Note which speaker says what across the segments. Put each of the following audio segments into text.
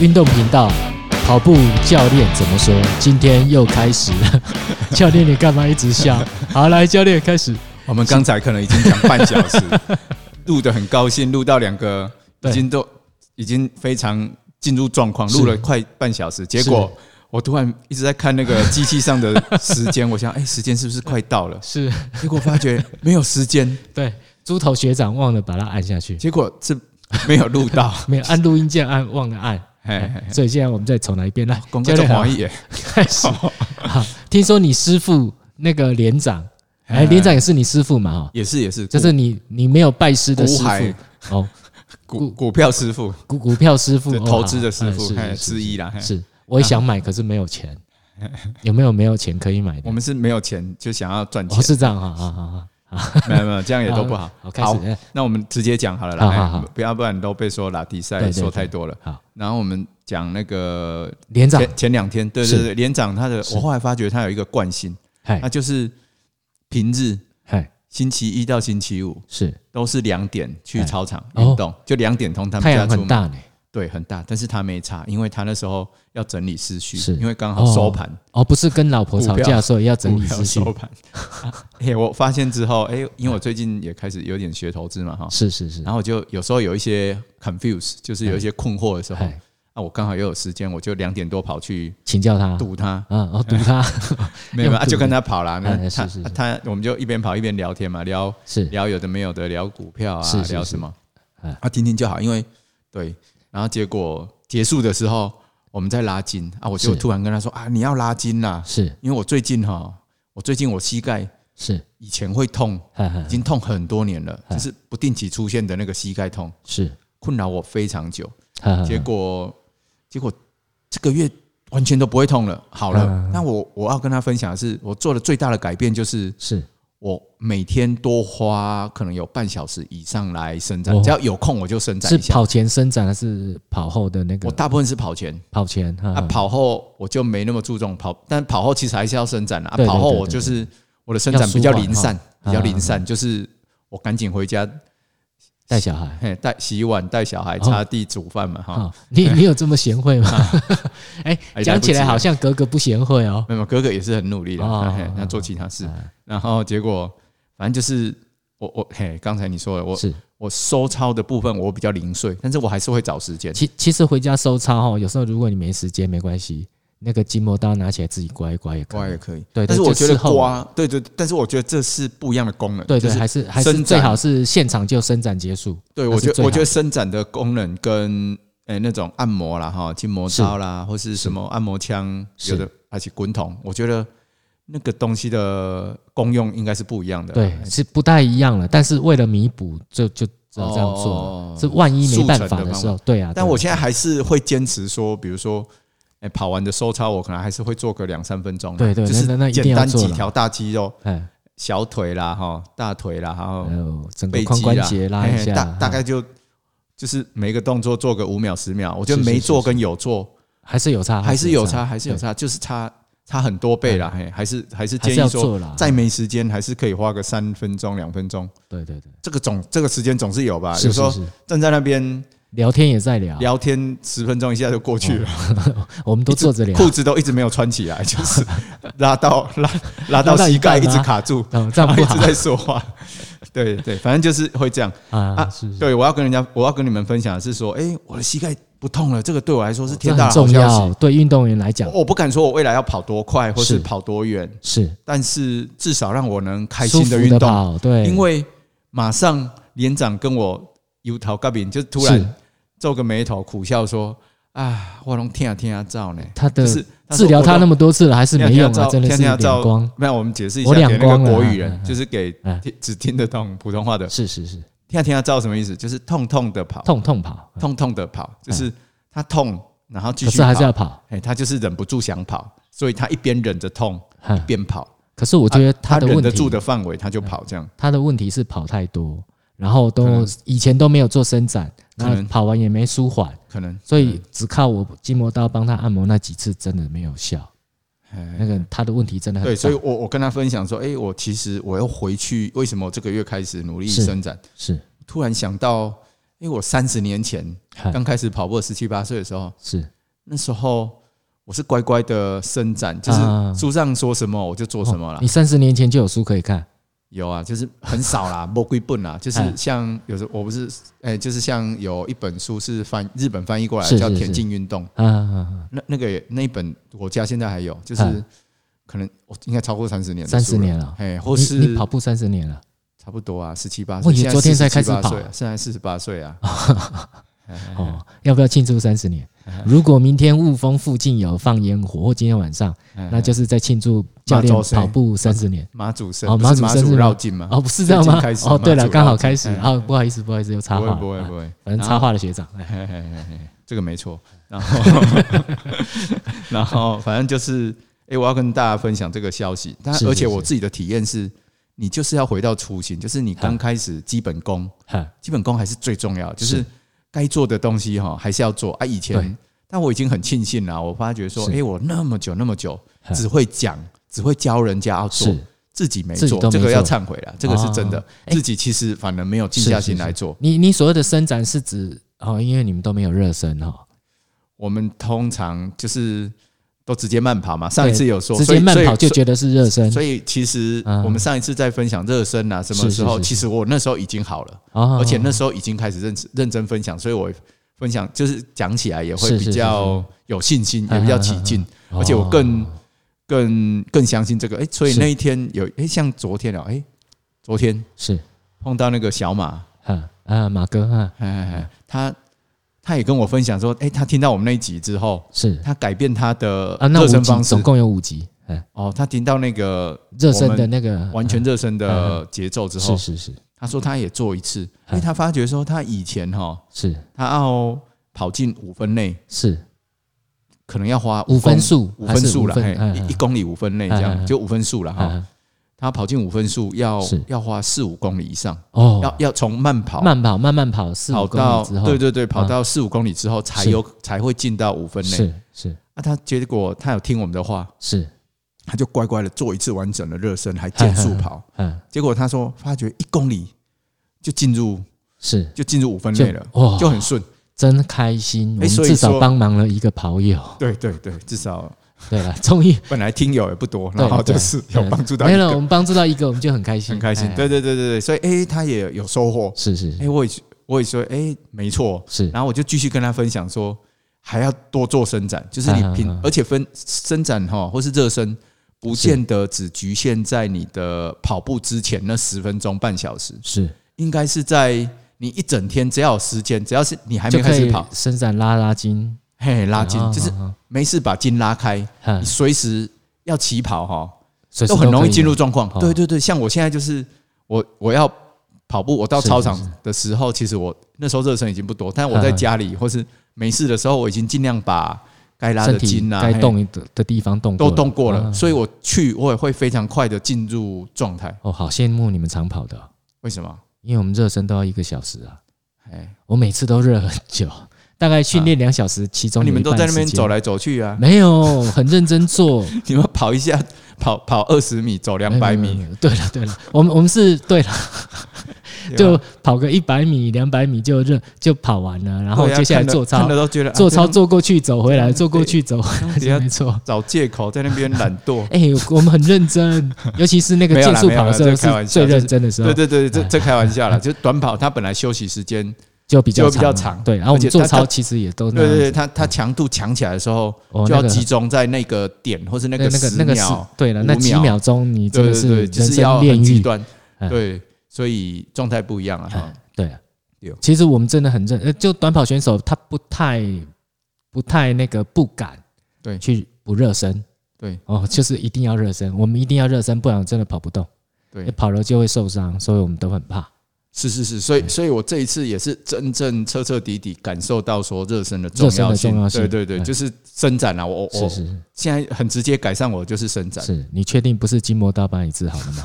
Speaker 1: 运动频道，跑步教练怎么说？今天又开始 了，教练你干嘛一直笑？好，来教练开始。
Speaker 2: 我们刚才可能已经讲半小 时，录的很高兴，录到两个已
Speaker 1: 对
Speaker 2: 经都已经非常进入状况，
Speaker 1: 是
Speaker 2: 录了快半小时，结果我突然一直在看那个机器上的时间，我 想，哎，时间是不是快到了？
Speaker 1: 是
Speaker 2: 结果发觉没有时间，
Speaker 1: 对，猪头学长忘了把它按下去，
Speaker 2: 结果是没有录 到。
Speaker 1: 没有按录音键按忘了按，
Speaker 2: 嘿嘿嘿
Speaker 1: 所以现在我们再重来一遍。来，
Speaker 2: 哎哦广告
Speaker 1: 哎教
Speaker 2: 就哦
Speaker 1: 练好
Speaker 2: 华裔耶，
Speaker 1: 开 始。好，听说你师傅那个连长，哎，连长也是你师傅嘛？哦，
Speaker 2: 也是也是，
Speaker 1: 就是你你没有拜师的
Speaker 2: 股
Speaker 1: 师
Speaker 2: 海
Speaker 1: 傅哦，
Speaker 2: 股股票师傅，
Speaker 1: 股股票师傅
Speaker 2: 对，
Speaker 1: 哦
Speaker 2: 投资的
Speaker 1: 好
Speaker 2: 师傅
Speaker 1: 哎是
Speaker 2: 嘿
Speaker 1: 是是
Speaker 2: 之一啦。嘿
Speaker 1: 是，我也想买，可是没有 钱。有没有没有钱可以买
Speaker 2: 我
Speaker 1: 的？
Speaker 2: 们是没有钱就想要赚
Speaker 1: 哦，
Speaker 2: 钱，
Speaker 1: 是这样哈，好好好，
Speaker 2: 没有没有，这样也都不好。
Speaker 1: 好，开始。哎
Speaker 2: 那我们直接讲好了啦，
Speaker 1: 好
Speaker 2: 哎
Speaker 1: 好好
Speaker 2: 不要不然都被说拉迪
Speaker 1: 对
Speaker 2: 赛
Speaker 1: 对
Speaker 2: 说太多了。
Speaker 1: 好，
Speaker 2: 然后我们讲那个
Speaker 1: 连长，
Speaker 2: 前前两天，对
Speaker 1: 是
Speaker 2: 对对，连长他的，
Speaker 1: 是哎
Speaker 2: 我后来发觉他有一个惯性，
Speaker 1: 嗨
Speaker 2: 那就是平日
Speaker 1: 嗨，
Speaker 2: 星期一到星期五
Speaker 1: 是
Speaker 2: 都是两点去
Speaker 1: 哎
Speaker 2: 操场
Speaker 1: 哦
Speaker 2: 运动，就两点从他
Speaker 1: 太
Speaker 2: 们家
Speaker 1: 阳
Speaker 2: 出
Speaker 1: 很
Speaker 2: 门，
Speaker 1: 大呢。
Speaker 2: 对，很大，但是他没差，因为他那时候要整理思绪
Speaker 1: 是，
Speaker 2: 因为刚好
Speaker 1: 哦
Speaker 2: 收盘，
Speaker 1: 哦，不是跟老婆吵
Speaker 2: 股
Speaker 1: 架
Speaker 2: 票
Speaker 1: 所以要整
Speaker 2: 股
Speaker 1: 理
Speaker 2: 票
Speaker 1: 思绪，
Speaker 2: 收盘。 哎，我发现之后，哎，因为我最近也开始有点学投资嘛，哈，
Speaker 1: 是是是，
Speaker 2: 然后就有时候有一些 confuse，就是有一些困惑的时候，
Speaker 1: 哎，
Speaker 2: 啊，我刚好又有时间，我就两点多跑去
Speaker 1: 请教他，
Speaker 2: 堵他，
Speaker 1: 啊， 哦，堵他
Speaker 2: 没有没有
Speaker 1: 用
Speaker 2: 啊，
Speaker 1: 堵
Speaker 2: 就跟他跑啦。那
Speaker 1: 哎
Speaker 2: 他
Speaker 1: 是是是
Speaker 2: 他，我们就一边跑一边聊天嘛，聊
Speaker 1: 是
Speaker 2: 聊有的没有的，聊股票
Speaker 1: 是
Speaker 2: 啊
Speaker 1: 是，是
Speaker 2: 聊什么
Speaker 1: 哎
Speaker 2: 啊，听听就好，因为对，然后结果结束的时候我们在拉筋啊，我就是突然跟他说啊，你要拉筋啦，
Speaker 1: 是
Speaker 2: 因为我最近哈，我最近我膝盖
Speaker 1: 是，
Speaker 2: 以前会痛，
Speaker 1: 哈
Speaker 2: 已
Speaker 1: 哈，
Speaker 2: 经痛很多年了，
Speaker 1: 哎
Speaker 2: 就是不定期出现的那个膝盖痛，
Speaker 1: 是，
Speaker 2: 困扰我非常久。
Speaker 1: 哈哈，
Speaker 2: 结果结果这个月完全都不会痛了，好了。
Speaker 1: 嗯
Speaker 2: 那我我要跟他分享的是，我做的最大的改变就是
Speaker 1: 是
Speaker 2: 我每天多花可能有半小时以上来伸展，
Speaker 1: 哦
Speaker 2: 只要有空我就伸展
Speaker 1: 是
Speaker 2: 一下。
Speaker 1: 跑前伸展还是跑后的那个
Speaker 2: 我大部分是跑前，
Speaker 1: 跑前？哈
Speaker 2: 啊
Speaker 1: 哈，
Speaker 2: 跑后我就没那么注重跑，但跑后其实还是要伸展啦啊。
Speaker 1: 对对
Speaker 2: 跑后
Speaker 1: 对
Speaker 2: 我
Speaker 1: 对
Speaker 2: 就是我的伸展比较零散，
Speaker 1: 要舒缓哈嗯
Speaker 2: 比较零散，就是我赶紧回家，
Speaker 1: 带小孩。
Speaker 2: 嘿，带洗碗、带小孩、
Speaker 1: 哦
Speaker 2: 擦地、煮饭嘛，哈。
Speaker 1: 哦，你你有这么贤 惠吗？ 哎，
Speaker 2: 啊哎
Speaker 1: 讲起
Speaker 2: 来不及
Speaker 1: 来
Speaker 2: 了
Speaker 1: 好像格格不贤惠哦。
Speaker 2: 没有，哥哥也是很努力的，
Speaker 1: 哦
Speaker 2: 嘿
Speaker 1: 哦
Speaker 2: 他做其他事
Speaker 1: 哦哦。
Speaker 2: 然后结果，反正就是我我嘿，刚才你说了，我
Speaker 1: 是，
Speaker 2: 我收操的部分我比较零碎，但是我还是会找时间。
Speaker 1: 其其实回家收操哈，有时候如果你没时间没关系，那个筋膜刀拿起来自己刮一刮也可以。
Speaker 2: 可以，
Speaker 1: 对对
Speaker 2: 但是我觉得
Speaker 1: 就事后
Speaker 2: 刮，对对，但是我觉得这是不一样的功能。
Speaker 1: 对
Speaker 2: 就
Speaker 1: 对，
Speaker 2: 是
Speaker 1: 还是还是
Speaker 2: 伸展
Speaker 1: 最好是现场就伸展结束。
Speaker 2: 对
Speaker 1: 那
Speaker 2: 我
Speaker 1: 是
Speaker 2: 觉
Speaker 1: 最
Speaker 2: 得
Speaker 1: 好
Speaker 2: 我觉得伸展的功能跟诶那种按摩啦哈，筋膜刀啦，或是什么按摩枪，
Speaker 1: 是
Speaker 2: 有的而且滚筒，我觉得那个东西的功用应该是不一样的。
Speaker 1: 对，是不太一样了。但是为了弥补，就就只要这样做。
Speaker 2: 哦
Speaker 1: 是万一没办
Speaker 2: 速成
Speaker 1: 法
Speaker 2: 的
Speaker 1: 的
Speaker 2: 方
Speaker 1: 时候，对啊。
Speaker 2: 但
Speaker 1: 对啊
Speaker 2: 我现在还是会坚持说，比如说，哎、跑完的收操，我可能还是会做个两三分钟啊，
Speaker 1: 对对
Speaker 2: 就
Speaker 1: 那那那
Speaker 2: 是
Speaker 1: 一定
Speaker 2: 简
Speaker 1: 要
Speaker 2: 单
Speaker 1: 做
Speaker 2: 几
Speaker 1: 啦
Speaker 2: 条大肌肉，
Speaker 1: 哎，
Speaker 2: 小腿啦，哈，大腿啦，然后
Speaker 1: 还有整个
Speaker 2: 背
Speaker 1: 髋
Speaker 2: 肌
Speaker 1: 关
Speaker 2: 哦啦，
Speaker 1: 节拉
Speaker 2: 嘿
Speaker 1: 一下，
Speaker 2: 大
Speaker 1: 哈
Speaker 2: 大概就就是每个动作做个五秒十秒，我觉得
Speaker 1: 是是
Speaker 2: 没
Speaker 1: 是
Speaker 2: 做
Speaker 1: 是
Speaker 2: 跟有做
Speaker 1: 啊还是有差，
Speaker 2: 还是有差，
Speaker 1: 差，嗯
Speaker 2: 还是有差，就是差差很多倍啦，嘿，还是还是
Speaker 1: 还
Speaker 2: 建
Speaker 1: 是要
Speaker 2: 议说，
Speaker 1: 做啦。嗯
Speaker 2: 再没时间还是可以花个三分钟两分钟，
Speaker 1: 对对对，
Speaker 2: 这个总这个时间总是有吧，
Speaker 1: 是
Speaker 2: 有时
Speaker 1: 是
Speaker 2: 候
Speaker 1: 是，啊
Speaker 2: 站在那边
Speaker 1: 聊天也在聊，
Speaker 2: 聊天十分钟一下就过去了。
Speaker 1: 我们都
Speaker 2: 一直
Speaker 1: 坐啊着聊，
Speaker 2: 裤子都一直没有穿起来，就是 拉到拉拉到
Speaker 1: 拉到一
Speaker 2: 膝盖，
Speaker 1: 半
Speaker 2: 一
Speaker 1: 啊
Speaker 2: 直卡住，
Speaker 1: 嗯，这
Speaker 2: 然
Speaker 1: 样
Speaker 2: 后
Speaker 1: 不好
Speaker 2: 一直在说话。对对，反正就是会这样。
Speaker 1: 啊，
Speaker 2: 啊
Speaker 1: 是是，
Speaker 2: 对我要跟人家，我要跟你们分享的是说，哎，我的膝盖不痛了，这个对我来说是
Speaker 1: 这
Speaker 2: 天大
Speaker 1: 很
Speaker 2: 的好
Speaker 1: 重
Speaker 2: 消
Speaker 1: 要
Speaker 2: 息。，哦
Speaker 1: 对运动员来讲
Speaker 2: 我我不敢说我未来要跑多快，或是
Speaker 1: 是
Speaker 2: 跑多远，
Speaker 1: 是
Speaker 2: 但是至少让我能开
Speaker 1: 舒
Speaker 2: 心
Speaker 1: 服
Speaker 2: 的运
Speaker 1: 的
Speaker 2: 动。
Speaker 1: 跑，对，
Speaker 2: 因为马上连长跟我油头嘎饼，就突
Speaker 1: 是
Speaker 2: 然皱个眉头，苦笑说：“啊，我拢听啊听啊照呢。”
Speaker 1: 他的
Speaker 2: 就是
Speaker 1: 治疗他
Speaker 2: 那
Speaker 1: 那么多次了，还是没用啊，真的是
Speaker 2: 天天
Speaker 1: 两
Speaker 2: 要照
Speaker 1: 光，
Speaker 2: 没有，我们解释一
Speaker 1: 我
Speaker 2: 下
Speaker 1: 两
Speaker 2: 给那
Speaker 1: 光
Speaker 2: 个
Speaker 1: 了
Speaker 2: 国语
Speaker 1: 嗯
Speaker 2: 人
Speaker 1: 嗯，
Speaker 2: 就是给
Speaker 1: 嗯
Speaker 2: 听只听得懂普通话的，
Speaker 1: 是是是，
Speaker 2: 听啊听啊照什么意思？就是痛痛的跑，
Speaker 1: 痛痛跑，
Speaker 2: 痛痛的跑，就是他痛，然后继
Speaker 1: 可
Speaker 2: 续
Speaker 1: 是还是
Speaker 2: 跑，
Speaker 1: 要跑，
Speaker 2: 哎，他就是忍不住想跑，所以他一边忍着痛
Speaker 1: 哈
Speaker 2: 边跑，
Speaker 1: 可是我觉得
Speaker 2: 他
Speaker 1: 嗯的
Speaker 2: 忍
Speaker 1: 问
Speaker 2: 得住
Speaker 1: 题，嗯
Speaker 2: 的范围他就跑，这样
Speaker 1: 他的问题是跑太多，然后
Speaker 2: 可
Speaker 1: 都
Speaker 2: 能
Speaker 1: 以前都没有做伸展，
Speaker 2: 可
Speaker 1: 然后
Speaker 2: 能
Speaker 1: 跑完也没舒缓，
Speaker 2: 可能
Speaker 1: 所以只靠我筋膜刀帮他按摩那几次，真的没有效。那个他的问题真的很
Speaker 2: 对，
Speaker 1: 大
Speaker 2: 所以我我跟他分享说，哎，我其实我要回去，为什么我这个月开始努力
Speaker 1: 是
Speaker 2: 伸展？
Speaker 1: 是
Speaker 2: 突然想到，哎、因为我三十年前
Speaker 1: 嗨
Speaker 2: 刚开始跑步，十七八岁的时候，
Speaker 1: 是
Speaker 2: 那时候我是乖乖的伸展，就是
Speaker 1: 啊
Speaker 2: 书上说什么我就做什么
Speaker 1: 哦
Speaker 2: 啦。
Speaker 1: 你三十年前就有书可以看，
Speaker 2: 有啊，就是很 少啦，魔鬼本啦，就是
Speaker 1: 哎
Speaker 2: 像有时候我不是，哎、就是像有一本书是翻日本翻译过来
Speaker 1: 是
Speaker 2: 叫
Speaker 1: 是
Speaker 2: 《田
Speaker 1: 是
Speaker 2: 径运动》，
Speaker 1: 啊啊，啊
Speaker 2: 那那个也那一本我家现在还有，就是
Speaker 1: 哎
Speaker 2: 可能我应该超过三十年的书了，
Speaker 1: 30年了
Speaker 2: 哎，或
Speaker 1: 啊你你
Speaker 2: 是
Speaker 1: 跑步三十年了，
Speaker 2: 差不多啊，十七八
Speaker 1: 我
Speaker 2: 岁，
Speaker 1: 以为
Speaker 2: 现在
Speaker 1: 昨天才开始
Speaker 2: 47
Speaker 1: 跑
Speaker 2: 岁啊现在四十八岁啊，
Speaker 1: 哦，要不要庆祝三十年？如果明天雾峰附近有放烟火，或今天晚上，那就是在庆祝教练
Speaker 2: 马祖生
Speaker 1: 跑步三十年。
Speaker 2: 马祖生
Speaker 1: 哦
Speaker 2: 不是
Speaker 1: 马祖生
Speaker 2: 马
Speaker 1: 是
Speaker 2: 祖
Speaker 1: 吗
Speaker 2: 绕境嘛，
Speaker 1: 哦，不是这样
Speaker 2: 最
Speaker 1: 吗
Speaker 2: 近开？始
Speaker 1: 哦，对了，
Speaker 2: 马祖
Speaker 1: 刚好
Speaker 2: 绕境
Speaker 1: 开始。
Speaker 2: 哎
Speaker 1: 哦，不好意思，不好意思，又插
Speaker 2: 不
Speaker 1: 话
Speaker 2: 会
Speaker 1: 了。
Speaker 2: 不会不
Speaker 1: 啊
Speaker 2: 会，
Speaker 1: 反正
Speaker 2: 然
Speaker 1: 插
Speaker 2: 后
Speaker 1: 话的学长。哎
Speaker 2: 嘿嘿嘿嘿，这个没错。 然后，然后反正就是，哎、我要跟大家分享这个消息。但
Speaker 1: 是
Speaker 2: 而且
Speaker 1: 是
Speaker 2: 我
Speaker 1: 是
Speaker 2: 自己的体验是，你就是要回到初心，就是你刚开始基本功，
Speaker 1: 哈
Speaker 2: 基本功还是最重要，就是
Speaker 1: 是
Speaker 2: 该做的东西哈还是要做啊。以前
Speaker 1: 对，
Speaker 2: 但我已经很庆幸了，我发觉说，
Speaker 1: 是
Speaker 2: 哎、我那么久那么久
Speaker 1: 哈
Speaker 2: 只会讲，只会教人家要做
Speaker 1: 是。
Speaker 2: 自己没
Speaker 1: 自己
Speaker 2: 做，
Speaker 1: 都
Speaker 2: 这
Speaker 1: 没
Speaker 2: 个要
Speaker 1: 做
Speaker 2: 忏悔了，这个是真的
Speaker 1: 哦。哎
Speaker 2: 自己其实反而没有静
Speaker 1: 是
Speaker 2: 下
Speaker 1: 是
Speaker 2: 心
Speaker 1: 是
Speaker 2: 来做。
Speaker 1: 你你所谓的伸展是指哦，因为你们都没有热身哦哈。
Speaker 2: 我们通常就是都直接慢跑嘛。上一次有说
Speaker 1: 直接慢跑就
Speaker 2: 所以
Speaker 1: 觉得是热身
Speaker 2: 所以所以其实
Speaker 1: 嗯
Speaker 2: 我们上一次在分享热身啊，什么
Speaker 1: 是
Speaker 2: 时候
Speaker 1: 是是
Speaker 2: 其实我那时候已经好了，
Speaker 1: 哦，
Speaker 2: 而且那时候已经开始认识认真分享，所以我分享就是讲起来也
Speaker 1: 是
Speaker 2: 会
Speaker 1: 是
Speaker 2: 比较有信心，
Speaker 1: 嗯
Speaker 2: 也比较起劲，
Speaker 1: 哦
Speaker 2: 而且我更更更相信这个。哎，所以
Speaker 1: 是
Speaker 2: 那一天有哎，像昨天啊，哎，昨天
Speaker 1: 是
Speaker 2: 碰到那个小马，
Speaker 1: 哈啊马哥哈
Speaker 2: 哎哎，哎他他也跟我分享说，哎，他听到我们那一集之后。
Speaker 1: 是
Speaker 2: 他改变他的
Speaker 1: 啊，那
Speaker 2: 热
Speaker 1: 五
Speaker 2: 身方
Speaker 1: 集
Speaker 2: 式
Speaker 1: 总共有五集，哎，
Speaker 2: 哦，他听到那个
Speaker 1: 热身
Speaker 2: 我
Speaker 1: 的
Speaker 2: 们
Speaker 1: 那个
Speaker 2: 完全热身
Speaker 1: 嗯
Speaker 2: 的节奏之后
Speaker 1: 是，嗯是是
Speaker 2: 他说他也做一次，因为他发觉说他以前哈，
Speaker 1: 是
Speaker 2: 他要跑进五分内，
Speaker 1: 是
Speaker 2: 可能要花
Speaker 1: 五分
Speaker 2: 公
Speaker 1: 数
Speaker 2: 哦五
Speaker 1: 还
Speaker 2: 分
Speaker 1: 是
Speaker 2: 数
Speaker 1: 五
Speaker 2: 了，
Speaker 1: 分
Speaker 2: 嘿
Speaker 1: 嗯嗯
Speaker 2: 一一公里五分内这
Speaker 1: 嗯嗯
Speaker 2: 样，
Speaker 1: 嗯
Speaker 2: 就五分数了哈。
Speaker 1: 啊
Speaker 2: 他跑进五分数要
Speaker 1: 是
Speaker 2: 要花四五公里以上，
Speaker 1: 哦，
Speaker 2: 要要从慢跑
Speaker 1: 慢跑慢慢跑四
Speaker 2: 跑
Speaker 1: 五公
Speaker 2: 到
Speaker 1: 里之后，
Speaker 2: 对对对，
Speaker 1: 嗯
Speaker 2: 跑到四五公里之后才有才会进到五分内。
Speaker 1: 是是
Speaker 2: 那他结果他有听我们的话，
Speaker 1: 是，
Speaker 2: 他就乖乖的做一次完整的热身，还减速
Speaker 1: 嗯嗯嗯
Speaker 2: 跑。
Speaker 1: 嗯
Speaker 2: 结果他说发觉一公里就进入
Speaker 1: 是哦
Speaker 2: 就进入五分
Speaker 1: 就
Speaker 2: 内了，
Speaker 1: 哇
Speaker 2: 就很顺。
Speaker 1: 真开心，我们
Speaker 2: 哎所以
Speaker 1: 至少
Speaker 2: 说
Speaker 1: 帮忙了一个跑友。
Speaker 2: 对对对，至少
Speaker 1: 对了，终 于
Speaker 2: 本来听友也不多，
Speaker 1: 对
Speaker 2: 然后
Speaker 1: 对
Speaker 2: 就是 有
Speaker 1: 嗯
Speaker 2: 帮助到
Speaker 1: 没
Speaker 2: 一
Speaker 1: 了，我
Speaker 2: 个，
Speaker 1: 们帮助到一个，我们就很开心，
Speaker 2: 很开心。
Speaker 1: 哎
Speaker 2: 对，对对对对，所以哎，他也有收获。
Speaker 1: 是是
Speaker 2: 哎，我也我也说哎，没错。
Speaker 1: 是，
Speaker 2: 然后我就继续跟他分享说，还要多做伸展，就是你
Speaker 1: 嗯嗯
Speaker 2: 平
Speaker 1: 嗯，
Speaker 2: 而且分伸展哈，或是热身。不
Speaker 1: 是
Speaker 2: 见得只局限在你的跑步之前那十分钟半小时，
Speaker 1: 是
Speaker 2: 应该是在你一整天，只要有时间，只要是你还
Speaker 1: 就
Speaker 2: 没开
Speaker 1: 可
Speaker 2: 始
Speaker 1: 以
Speaker 2: 跑，
Speaker 1: 伸展拉拉筋，
Speaker 2: 嘿，拉筋
Speaker 1: 啊
Speaker 2: 就是
Speaker 1: 啊
Speaker 2: 没事把筋拉开，
Speaker 1: 啊
Speaker 2: 你随时要起跑哈，
Speaker 1: 随时
Speaker 2: 都很容易进入
Speaker 1: 可
Speaker 2: 状况
Speaker 1: 哦。
Speaker 2: 对对对，像我现在就是我我要跑步，我到
Speaker 1: 是
Speaker 2: 操
Speaker 1: 是
Speaker 2: 场的时候，其实我那时候热身已经不多，但我在
Speaker 1: 嗯嗯
Speaker 2: 家里或是没事的时候，我已经尽量把该
Speaker 1: 以
Speaker 2: 拉的
Speaker 1: 身体
Speaker 2: 筋啊，
Speaker 1: 该
Speaker 2: 嘿
Speaker 1: 动的的地方动
Speaker 2: 都动过
Speaker 1: 啊
Speaker 2: 了，所以我去我也会非常快的进入状态。
Speaker 1: 哦，好羡慕你们长跑的哦，
Speaker 2: 为什么？
Speaker 1: 因为我们热身都要一个小时啊，
Speaker 2: 哎，
Speaker 1: 我每次都热很久，大概训练两小时，其中
Speaker 2: 啊你
Speaker 1: 有
Speaker 2: 们
Speaker 1: 一
Speaker 2: 都
Speaker 1: 半
Speaker 2: 在那边
Speaker 1: 时间
Speaker 2: 走来走去啊，
Speaker 1: 没有，很认真做，
Speaker 2: 你们跑一下，跑跑二十米，走 两百
Speaker 1: 没有。没
Speaker 2: 米，啊
Speaker 1: 有没有对了，对了，我们我们是对了，
Speaker 2: 对吧
Speaker 1: 就跑个一百米、两百米就热就跑完了，然后
Speaker 2: 对啊
Speaker 1: 接下来
Speaker 2: 看得
Speaker 1: 做操
Speaker 2: 看得，都觉得啊
Speaker 1: 做
Speaker 2: 这样
Speaker 1: 操做过去走回来，做过去走回
Speaker 2: 这
Speaker 1: 来，
Speaker 2: 样
Speaker 1: 没错。。
Speaker 2: 找借口在那边懒惰
Speaker 1: 哎，我们很认 真，尤其是那个
Speaker 2: 没有
Speaker 1: 竞
Speaker 2: 啦
Speaker 1: 速跑的时候
Speaker 2: 没有啦这开
Speaker 1: 是啊哎
Speaker 2: 玩笑
Speaker 1: 最认真的时候
Speaker 2: 对，对对，这这开玩笑啦，就短跑，它本来休息时 间，
Speaker 1: 就比较
Speaker 2: 就比较
Speaker 1: 嘛
Speaker 2: 长
Speaker 1: 对，然后我
Speaker 2: 而且
Speaker 1: 们做
Speaker 2: 它
Speaker 1: 操
Speaker 2: 它
Speaker 1: 其实也都那
Speaker 2: 对对对，
Speaker 1: 样子
Speaker 2: 它它强度强起来的时候，
Speaker 1: 哦
Speaker 2: 就要
Speaker 1: 那个
Speaker 2: 集中在那个点或是那
Speaker 1: 对
Speaker 2: 个
Speaker 1: 那个
Speaker 2: 十
Speaker 1: 那个是
Speaker 2: 秒，
Speaker 1: 对了，那
Speaker 2: 五
Speaker 1: 几
Speaker 2: 秒
Speaker 1: 秒钟你真
Speaker 2: 对
Speaker 1: 的
Speaker 2: 对
Speaker 1: 是
Speaker 2: 对，
Speaker 1: 人
Speaker 2: 就是要
Speaker 1: 生
Speaker 2: 很
Speaker 1: 炼
Speaker 2: 极
Speaker 1: 狱，
Speaker 2: 端，
Speaker 1: 嗯
Speaker 2: 对，所以状态不一样了哈
Speaker 1: 嗯。对啊
Speaker 2: 有，
Speaker 1: 其实我们真的很认，呃，就短跑选手他不太不太那个不敢
Speaker 2: 对
Speaker 1: 去不热身
Speaker 2: 对
Speaker 1: 哦，就是一定要热身，我们一定要热身，不然我真的跑不动，
Speaker 2: 对哦
Speaker 1: 你跑了就会受伤，所以我们都很怕。
Speaker 2: 是是是，
Speaker 1: 哎
Speaker 2: 所以所以我这一次也是真正彻彻底底感受到说热身的重
Speaker 1: 热身的
Speaker 2: 要性，
Speaker 1: 重要性
Speaker 2: 对对对，
Speaker 1: 嗯
Speaker 2: 就是伸展啊，我我
Speaker 1: 是
Speaker 2: 我
Speaker 1: 是
Speaker 2: 现在很直接改善我就是伸展，
Speaker 1: 是，你确定不是筋膜刀把你治好了吗？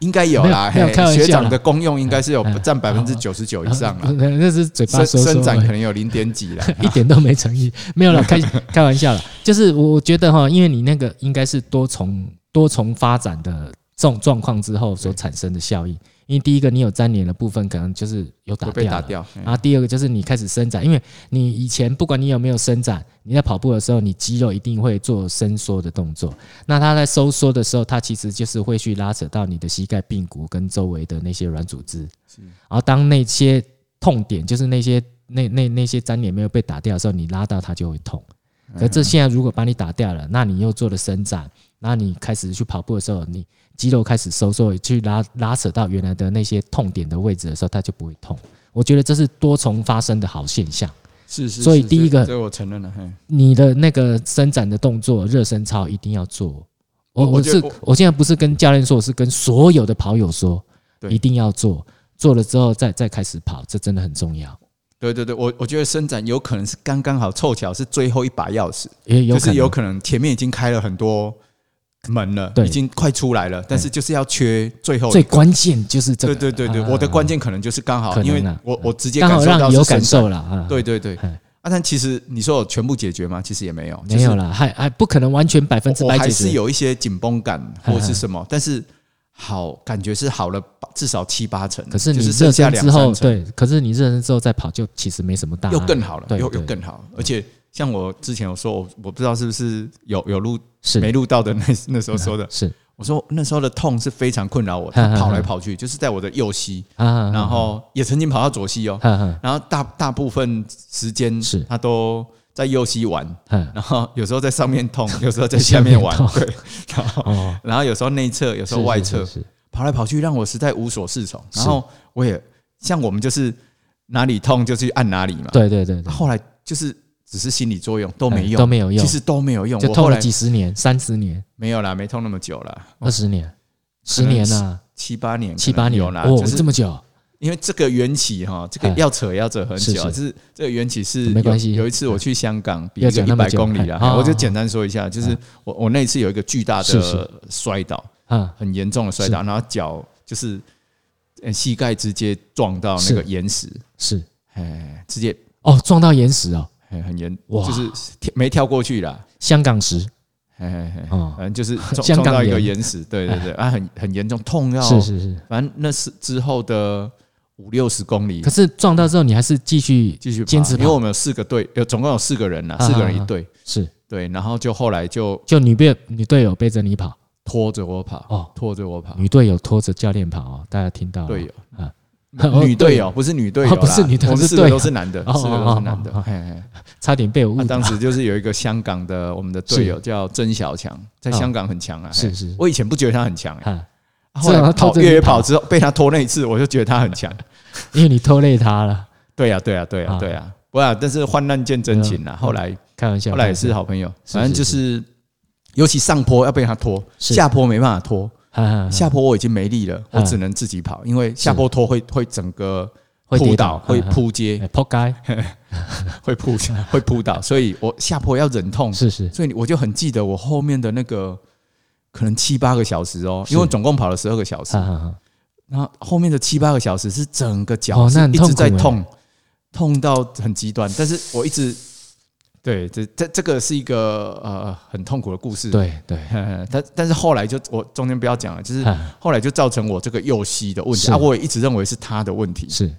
Speaker 2: 应该有啦，
Speaker 1: 没有没有
Speaker 2: 嘿
Speaker 1: 开玩笑啦
Speaker 2: 学长的功用应该是有
Speaker 1: 嗯
Speaker 2: 占百分之九十九以上啦。
Speaker 1: 那是嘴巴
Speaker 2: 伸
Speaker 1: 说说
Speaker 2: 伸展
Speaker 1: 而已
Speaker 2: 可能有零点几 啦，
Speaker 1: 一点都没诚意， 没有了，开开玩笑了。就是我我觉得哈，因为你那个应该是多重多重发展的这种状况之后所产生的效应，因为第一个你有粘连的部分可能就是有打
Speaker 2: 会被
Speaker 1: 掉
Speaker 2: 打
Speaker 1: 了
Speaker 2: 掉。
Speaker 1: 然后第二个就是你开始伸展，因为你以前不管你有没有伸展，你在跑步的时候，你肌肉一定会做伸缩的动作。那它在收缩的时候，它其实就是会去拉扯到你的膝盖、髌骨跟周围的那些软组织。然后当那些痛点，就是那些那那那些粘连没有被打掉的时候，你拉到它就会痛。可这现在如果把你打掉了，那你又做了伸展，那你开始去跑步的时候，你肌肉开始收缩，去拉拉扯到原来的那些痛点的位置的时候，它就不会痛。我觉得这是多重发生的好现象。
Speaker 2: 是是，
Speaker 1: 所以
Speaker 2: 是
Speaker 1: 第一
Speaker 2: 这
Speaker 1: 个
Speaker 2: 这我承认了。嘿
Speaker 1: 你的那个伸展的动作，热身操一定要做。我
Speaker 2: 我
Speaker 1: 我
Speaker 2: 我觉得
Speaker 1: 是我现在不是跟教练说，我是跟所有的跑友说，
Speaker 2: 对
Speaker 1: 一定要做。做了之后再再开始跑，这真的很重要。
Speaker 2: 对对对，我我觉得伸展有可能是刚刚好凑巧是最后一把钥匙，
Speaker 1: 也有
Speaker 2: 就
Speaker 1: 可
Speaker 2: 是有
Speaker 1: 能
Speaker 2: 可能前面已经开了很多门了，
Speaker 1: 对
Speaker 2: 已经快出来了，但是就是要缺最后一
Speaker 1: 最
Speaker 2: 个
Speaker 1: 关键就是这
Speaker 2: 对
Speaker 1: 个。
Speaker 2: 对对对，
Speaker 1: 啊
Speaker 2: 我的关键可能就是刚好，
Speaker 1: 可能
Speaker 2: 因为
Speaker 1: 啊
Speaker 2: 我我直接
Speaker 1: 刚
Speaker 2: 感
Speaker 1: 好
Speaker 2: 受到
Speaker 1: 让你有
Speaker 2: 是伸
Speaker 1: 感
Speaker 2: 展
Speaker 1: 受了啊。
Speaker 2: 对对对，
Speaker 1: 哎
Speaker 2: 啊，但其实你说我全部解决吗？其实也没有，
Speaker 1: 没有啦，还还不可能完全百分
Speaker 2: 就是
Speaker 1: 之
Speaker 2: 我
Speaker 1: 百
Speaker 2: 还
Speaker 1: 解
Speaker 2: 是
Speaker 1: 决。
Speaker 2: 有一些紧绷感或是
Speaker 1: 嗯
Speaker 2: 什么，但是好感觉是好了八至少七八成，
Speaker 1: 可是你
Speaker 2: 就
Speaker 1: 热
Speaker 2: 剩下
Speaker 1: 身
Speaker 2: 两
Speaker 1: 之后，
Speaker 2: 三成
Speaker 1: 对，可是你热身之后再跑，就其实没什么大
Speaker 2: 又
Speaker 1: 碍
Speaker 2: 更好了，
Speaker 1: 对
Speaker 2: 又
Speaker 1: 对
Speaker 2: 又更好，而且像我之前有说，我我不知道是不是有有录
Speaker 1: 是
Speaker 2: 没录到的 那那时候说的，
Speaker 1: 是
Speaker 2: 我说那时候的痛是非常困扰我，
Speaker 1: 嗯嗯嗯
Speaker 2: 跑来跑去就是在我的右膝，
Speaker 1: 啊，
Speaker 2: 然后也曾经跑到左膝哦，
Speaker 1: 哈哈
Speaker 2: 然后大大部分时间
Speaker 1: 嗯是
Speaker 2: 他都在右膝玩，
Speaker 1: 哈
Speaker 2: 然后有时候在上 面痛，有时候在下面玩
Speaker 1: 下面，痛
Speaker 2: 对，然后
Speaker 1: 哦，
Speaker 2: 然后有时候内侧，有时候
Speaker 1: 是
Speaker 2: 外
Speaker 1: 是
Speaker 2: 侧，
Speaker 1: 是是
Speaker 2: 跑来跑去让我实在无所适从。
Speaker 1: 是
Speaker 2: 然后我也像我们就是哪里痛就去按哪里嘛，
Speaker 1: 对对对对
Speaker 2: 啊。后来就是只是心理作用都没
Speaker 1: 嗯
Speaker 2: 用，
Speaker 1: 都没有用
Speaker 2: 其，实都没有用。
Speaker 1: 就
Speaker 2: 我后
Speaker 1: 痛了
Speaker 2: 来
Speaker 1: 几十年、三十年、
Speaker 2: 没有啦，没痛那么久啦，
Speaker 1: 二十年、
Speaker 2: 可
Speaker 1: 十
Speaker 2: 能
Speaker 1: 年呐，
Speaker 2: 七八年可能
Speaker 1: 七八年
Speaker 2: 有啦。
Speaker 1: 哦
Speaker 2: 就，是
Speaker 1: 这么久，
Speaker 2: 因为这个缘起哈，这个
Speaker 1: 哎
Speaker 2: 要扯要扯很久，啊
Speaker 1: 是是
Speaker 2: 就是这个缘起是
Speaker 1: 没关
Speaker 2: 有
Speaker 1: 系哎
Speaker 2: 有一次我去香港，比
Speaker 1: 要
Speaker 2: 一个
Speaker 1: 讲
Speaker 2: 一
Speaker 1: 那么
Speaker 2: 百
Speaker 1: 久
Speaker 2: 公里啦
Speaker 1: 哎，哦哎
Speaker 2: 我就简单说一下，就是我我那一次有一个巨大
Speaker 1: 是是
Speaker 2: 的摔倒，
Speaker 1: 啊，
Speaker 2: 很严重的摔倒，然后脚就是呃膝盖直接撞到那
Speaker 1: 是
Speaker 2: 个岩石，
Speaker 1: 是
Speaker 2: 哎，直接
Speaker 1: 哦，撞到岩石哦，
Speaker 2: 哎很严，
Speaker 1: 哇
Speaker 2: 就是跳没跳过去啦。
Speaker 1: 香港石
Speaker 2: 哎哎，哎
Speaker 1: 哦
Speaker 2: 反，正就是 撞
Speaker 1: 香
Speaker 2: 撞
Speaker 1: 港
Speaker 2: 到一个
Speaker 1: 岩
Speaker 2: 岩石，对对对，啊，很很严重，痛嗯到，
Speaker 1: 是是是。
Speaker 2: 反正那是之后的五六十公里
Speaker 1: 可是撞到之后，你还是继续
Speaker 2: 继续爬
Speaker 1: 坚持
Speaker 2: 因为
Speaker 1: 跑
Speaker 2: 我，们有四个队，有总共有四个人啦，
Speaker 1: 啊
Speaker 2: 四个人
Speaker 1: 啊
Speaker 2: 一队，
Speaker 1: 是
Speaker 2: 对，然后就后来就
Speaker 1: 就女队女队友背着你跑
Speaker 2: 拖着我跑，
Speaker 1: 哦，
Speaker 2: 拖着我跑，
Speaker 1: 女队友拖着教练跑哦，大家听到了
Speaker 2: 队友
Speaker 1: 啊
Speaker 2: 女 女队 友
Speaker 1: 哦
Speaker 2: 不是女队友啦，
Speaker 1: 哦不是女队友
Speaker 2: 我们
Speaker 1: 是
Speaker 2: 四个
Speaker 1: 队
Speaker 2: 都
Speaker 1: 友
Speaker 2: 是男的，
Speaker 1: 哦
Speaker 2: 四个都是男的
Speaker 1: 哦哦哦哦。
Speaker 2: 嘿嘿
Speaker 1: 差点被我误
Speaker 2: 那
Speaker 1: 导
Speaker 2: 啊当时就是有一个香港的我们的队友叫曾小强，在香港很强啊。
Speaker 1: 哦是
Speaker 2: 嘿
Speaker 1: 是
Speaker 2: 我以前不觉得他很强、欸，
Speaker 1: 啊，
Speaker 2: 啊后来
Speaker 1: 这样他
Speaker 2: 跑
Speaker 1: 偷着
Speaker 2: 越野
Speaker 1: 你跑
Speaker 2: 跑之后被他拖那一次，我就觉得他 很强。
Speaker 1: 因为你拖累他了，
Speaker 2: 对呀、对呀、对呀、
Speaker 1: 啊
Speaker 2: 对呀、不啊，但是患难见真情啦。
Speaker 1: 嗯
Speaker 2: 后来
Speaker 1: 开玩笑，
Speaker 2: 后来
Speaker 1: 开
Speaker 2: 也
Speaker 1: 玩笑
Speaker 2: 是好朋友，
Speaker 1: 啊是
Speaker 2: 反正就是，尤其上坡要被他拖，
Speaker 1: 是
Speaker 2: 下坡没办法拖。
Speaker 1: 哈哈哈
Speaker 2: 下坡我已经没力了，我
Speaker 1: 嗯
Speaker 2: 只能自己跑，因为下坡拖会会整个
Speaker 1: 会
Speaker 2: 扑
Speaker 1: 跌
Speaker 2: 倒，会
Speaker 1: 哈哈
Speaker 2: 扑街
Speaker 1: 哎，扑街，
Speaker 2: 会扑 会扑倒，所以我下坡要忍痛。
Speaker 1: 是是
Speaker 2: 所以我就很记得我后面的那个可能七八个小时哦，
Speaker 1: 是嗯
Speaker 2: 因为我总共跑了十二个小时
Speaker 1: 哈，哈哈，
Speaker 2: 然后后面的七八个小时是整个脚
Speaker 1: 哦
Speaker 2: 是
Speaker 1: 那很
Speaker 2: 一
Speaker 1: 痛
Speaker 2: 直在
Speaker 1: 苦欸
Speaker 2: 痛，痛到很极端，但是我一直对这这这个是一个呃很痛苦的故事，
Speaker 1: 对对，啊
Speaker 2: 呃， 但但是后来就我中间不要讲了，就是
Speaker 1: 哈
Speaker 2: 后来就造成我这个右膝的问题
Speaker 1: 是
Speaker 2: 啊，我也一直认为是他的问题，
Speaker 1: 是，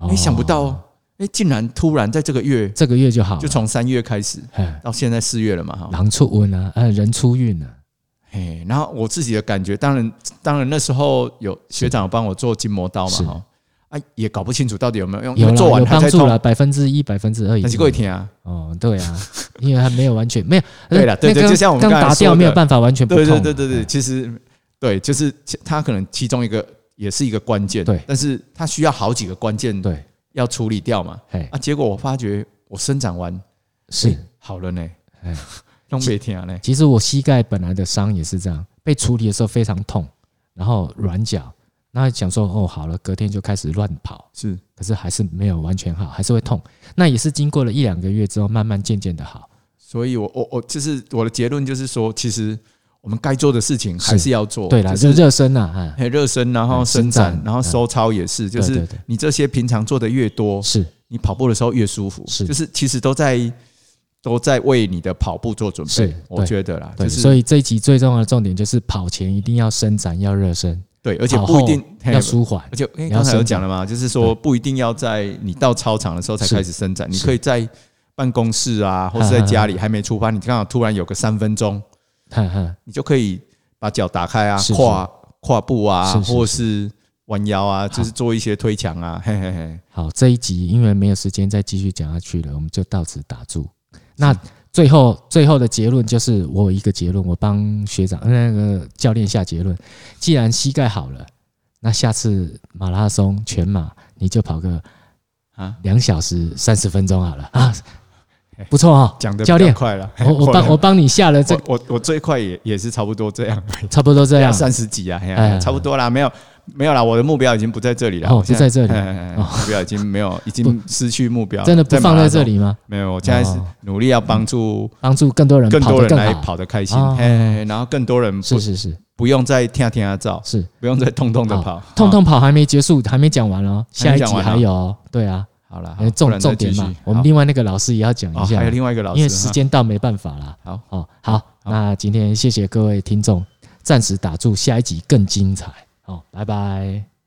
Speaker 2: 没想不
Speaker 1: 哦
Speaker 2: 到哎，竟然突然在这个月
Speaker 1: 这个月就好了，
Speaker 2: 就从三月开始
Speaker 1: 哎
Speaker 2: 到现在四月了嘛，哈，
Speaker 1: 狼出温啊，呃，人出运啊，
Speaker 2: 嘿，然后我自己的感觉，当然，当然那时候有学长有帮我做筋膜刀嘛，
Speaker 1: 是
Speaker 2: 哈，啊，也搞不清楚到底有没有用，因
Speaker 1: 有
Speaker 2: 为
Speaker 1: 啦
Speaker 2: 哦做完
Speaker 1: 有
Speaker 2: 还
Speaker 1: 帮
Speaker 2: 在
Speaker 1: 助
Speaker 2: 痛
Speaker 1: 了，，百分之一、百分之二以
Speaker 2: 但是
Speaker 1: 上
Speaker 2: 各。位听啊，
Speaker 1: 哦，对啊， 因为还没有完全没有，
Speaker 2: 对啦对
Speaker 1: 那
Speaker 2: 对
Speaker 1: 刚
Speaker 2: 就像我们
Speaker 1: 刚
Speaker 2: 刚才
Speaker 1: 打
Speaker 2: 说
Speaker 1: 掉
Speaker 2: 的
Speaker 1: 没有办法完全不
Speaker 2: 对
Speaker 1: 痛
Speaker 2: 对
Speaker 1: 嘛，
Speaker 2: 对对对，其实对，就是其它可能其中一个也是一个关键，
Speaker 1: 对
Speaker 2: 但是它需要好几个关键
Speaker 1: 哎对，
Speaker 2: 要处理掉嘛，
Speaker 1: 哎
Speaker 2: 啊，结果我发觉我生长完
Speaker 1: 是
Speaker 2: 哎，好了呢
Speaker 1: 哎，
Speaker 2: 东北听呢，
Speaker 1: 其实我膝盖本来的伤也是这样，被处理的时候非常痛，然后软脚，那想说哦好了，隔天就开始乱跑，
Speaker 2: 是
Speaker 1: 可是还是没有完全好，还是会痛。那也是经过了一两个月之后，慢慢渐渐的好。
Speaker 2: 所以我我我就是我的结论就是说，其实我们该做的事情还
Speaker 1: 是
Speaker 2: 是要做，
Speaker 1: 对啦，
Speaker 2: 只
Speaker 1: 就是热身啦，啊，
Speaker 2: 嘿，热身，然后
Speaker 1: 嗯
Speaker 2: 伸
Speaker 1: 伸
Speaker 2: 展
Speaker 1: 展，
Speaker 2: 然后
Speaker 1: 嗯
Speaker 2: 收操也是，哦就
Speaker 1: 对
Speaker 2: 是
Speaker 1: 对对
Speaker 2: 你这些平常做的越多，
Speaker 1: 是
Speaker 2: 你跑步的时候越舒服，
Speaker 1: 是
Speaker 2: 就是其实都在都在为你的跑步做准
Speaker 1: 是
Speaker 2: 备
Speaker 1: 对，
Speaker 2: 我觉得啦，
Speaker 1: 对，
Speaker 2: 就是
Speaker 1: 所以这一集最重要的重点就是跑前一定要伸展，要热身，
Speaker 2: 对，而且
Speaker 1: 跑
Speaker 2: 不一
Speaker 1: 后
Speaker 2: 定嘿
Speaker 1: 要舒缓
Speaker 2: 而，且因为
Speaker 1: 你要
Speaker 2: 刚才有
Speaker 1: 伸
Speaker 2: 讲了嘛，就是说不一定要在你到操场的时候才
Speaker 1: 是
Speaker 2: 开始伸展，你
Speaker 1: 是
Speaker 2: 可以在办公室啊，或是在家里还没出发，你刚好突然有个三分钟，
Speaker 1: 哈哈，
Speaker 2: 你就可以把脚打开啊
Speaker 1: 是，是
Speaker 2: 跨跨步啊，
Speaker 1: 是是
Speaker 2: 或是弯腰啊，就是做一些推墙啊，嘿嘿嘿，
Speaker 1: 好，这一集因为没有时间再继续讲下去了，我们就到此打住。那最后最后的结论就是，我有一个结论，我帮学长呃那个教练下结论：既然膝盖好了，那下次马拉松全马你就跑个
Speaker 2: 啊
Speaker 1: 两小时三十分钟好了啊，不错哦，
Speaker 2: 讲的
Speaker 1: 教练，
Speaker 2: 快了，
Speaker 1: 我我 帮我帮你下了这
Speaker 2: 我我我最快也也是差不多这样，
Speaker 1: 差不多这样，
Speaker 2: 三十几啊，嘿
Speaker 1: 哎哎
Speaker 2: 啊差不多啦，没有没有啦，我的目标已经不在这里了，
Speaker 1: 哦
Speaker 2: 我现
Speaker 1: 不在这里
Speaker 2: 嘿嘿嘿
Speaker 1: 哦
Speaker 2: 目标已经没有，已经失去目标了，
Speaker 1: 真的不放
Speaker 2: 马拉
Speaker 1: 在
Speaker 2: 松
Speaker 1: 这，里吗？
Speaker 2: 没有，我现啊在是
Speaker 1: 哦
Speaker 2: 努力要帮助
Speaker 1: 帮助更多人
Speaker 2: 更
Speaker 1: 跑
Speaker 2: 多
Speaker 1: 得
Speaker 2: 人来
Speaker 1: 更好，
Speaker 2: 跑得开心，
Speaker 1: 哦
Speaker 2: 嘿嘿嘿然后更多人不
Speaker 1: 是是是
Speaker 2: 不用再天天啊照，
Speaker 1: 是。
Speaker 2: 不用再痛痛的跑
Speaker 1: 好，痛痛跑还没结束，还没讲完哦，
Speaker 2: 还
Speaker 1: 下
Speaker 2: 没
Speaker 1: 一集
Speaker 2: 讲完啊
Speaker 1: 还有哦，对啊，
Speaker 2: 好了，
Speaker 1: 呃
Speaker 2: 好不
Speaker 1: 重
Speaker 2: 然再
Speaker 1: 重点
Speaker 2: 继
Speaker 1: 嘛
Speaker 2: 续，
Speaker 1: 我们
Speaker 2: 好
Speaker 1: 另外那个老师也要讲
Speaker 2: 哦
Speaker 1: 一下
Speaker 2: 还有，另外一个老师，
Speaker 1: 因为时间到没办法啦。
Speaker 2: 好
Speaker 1: 哦，好，
Speaker 2: 好
Speaker 1: 那今天谢谢各位听众，暂时打住，下一集更精彩哦，拜拜。
Speaker 2: 哈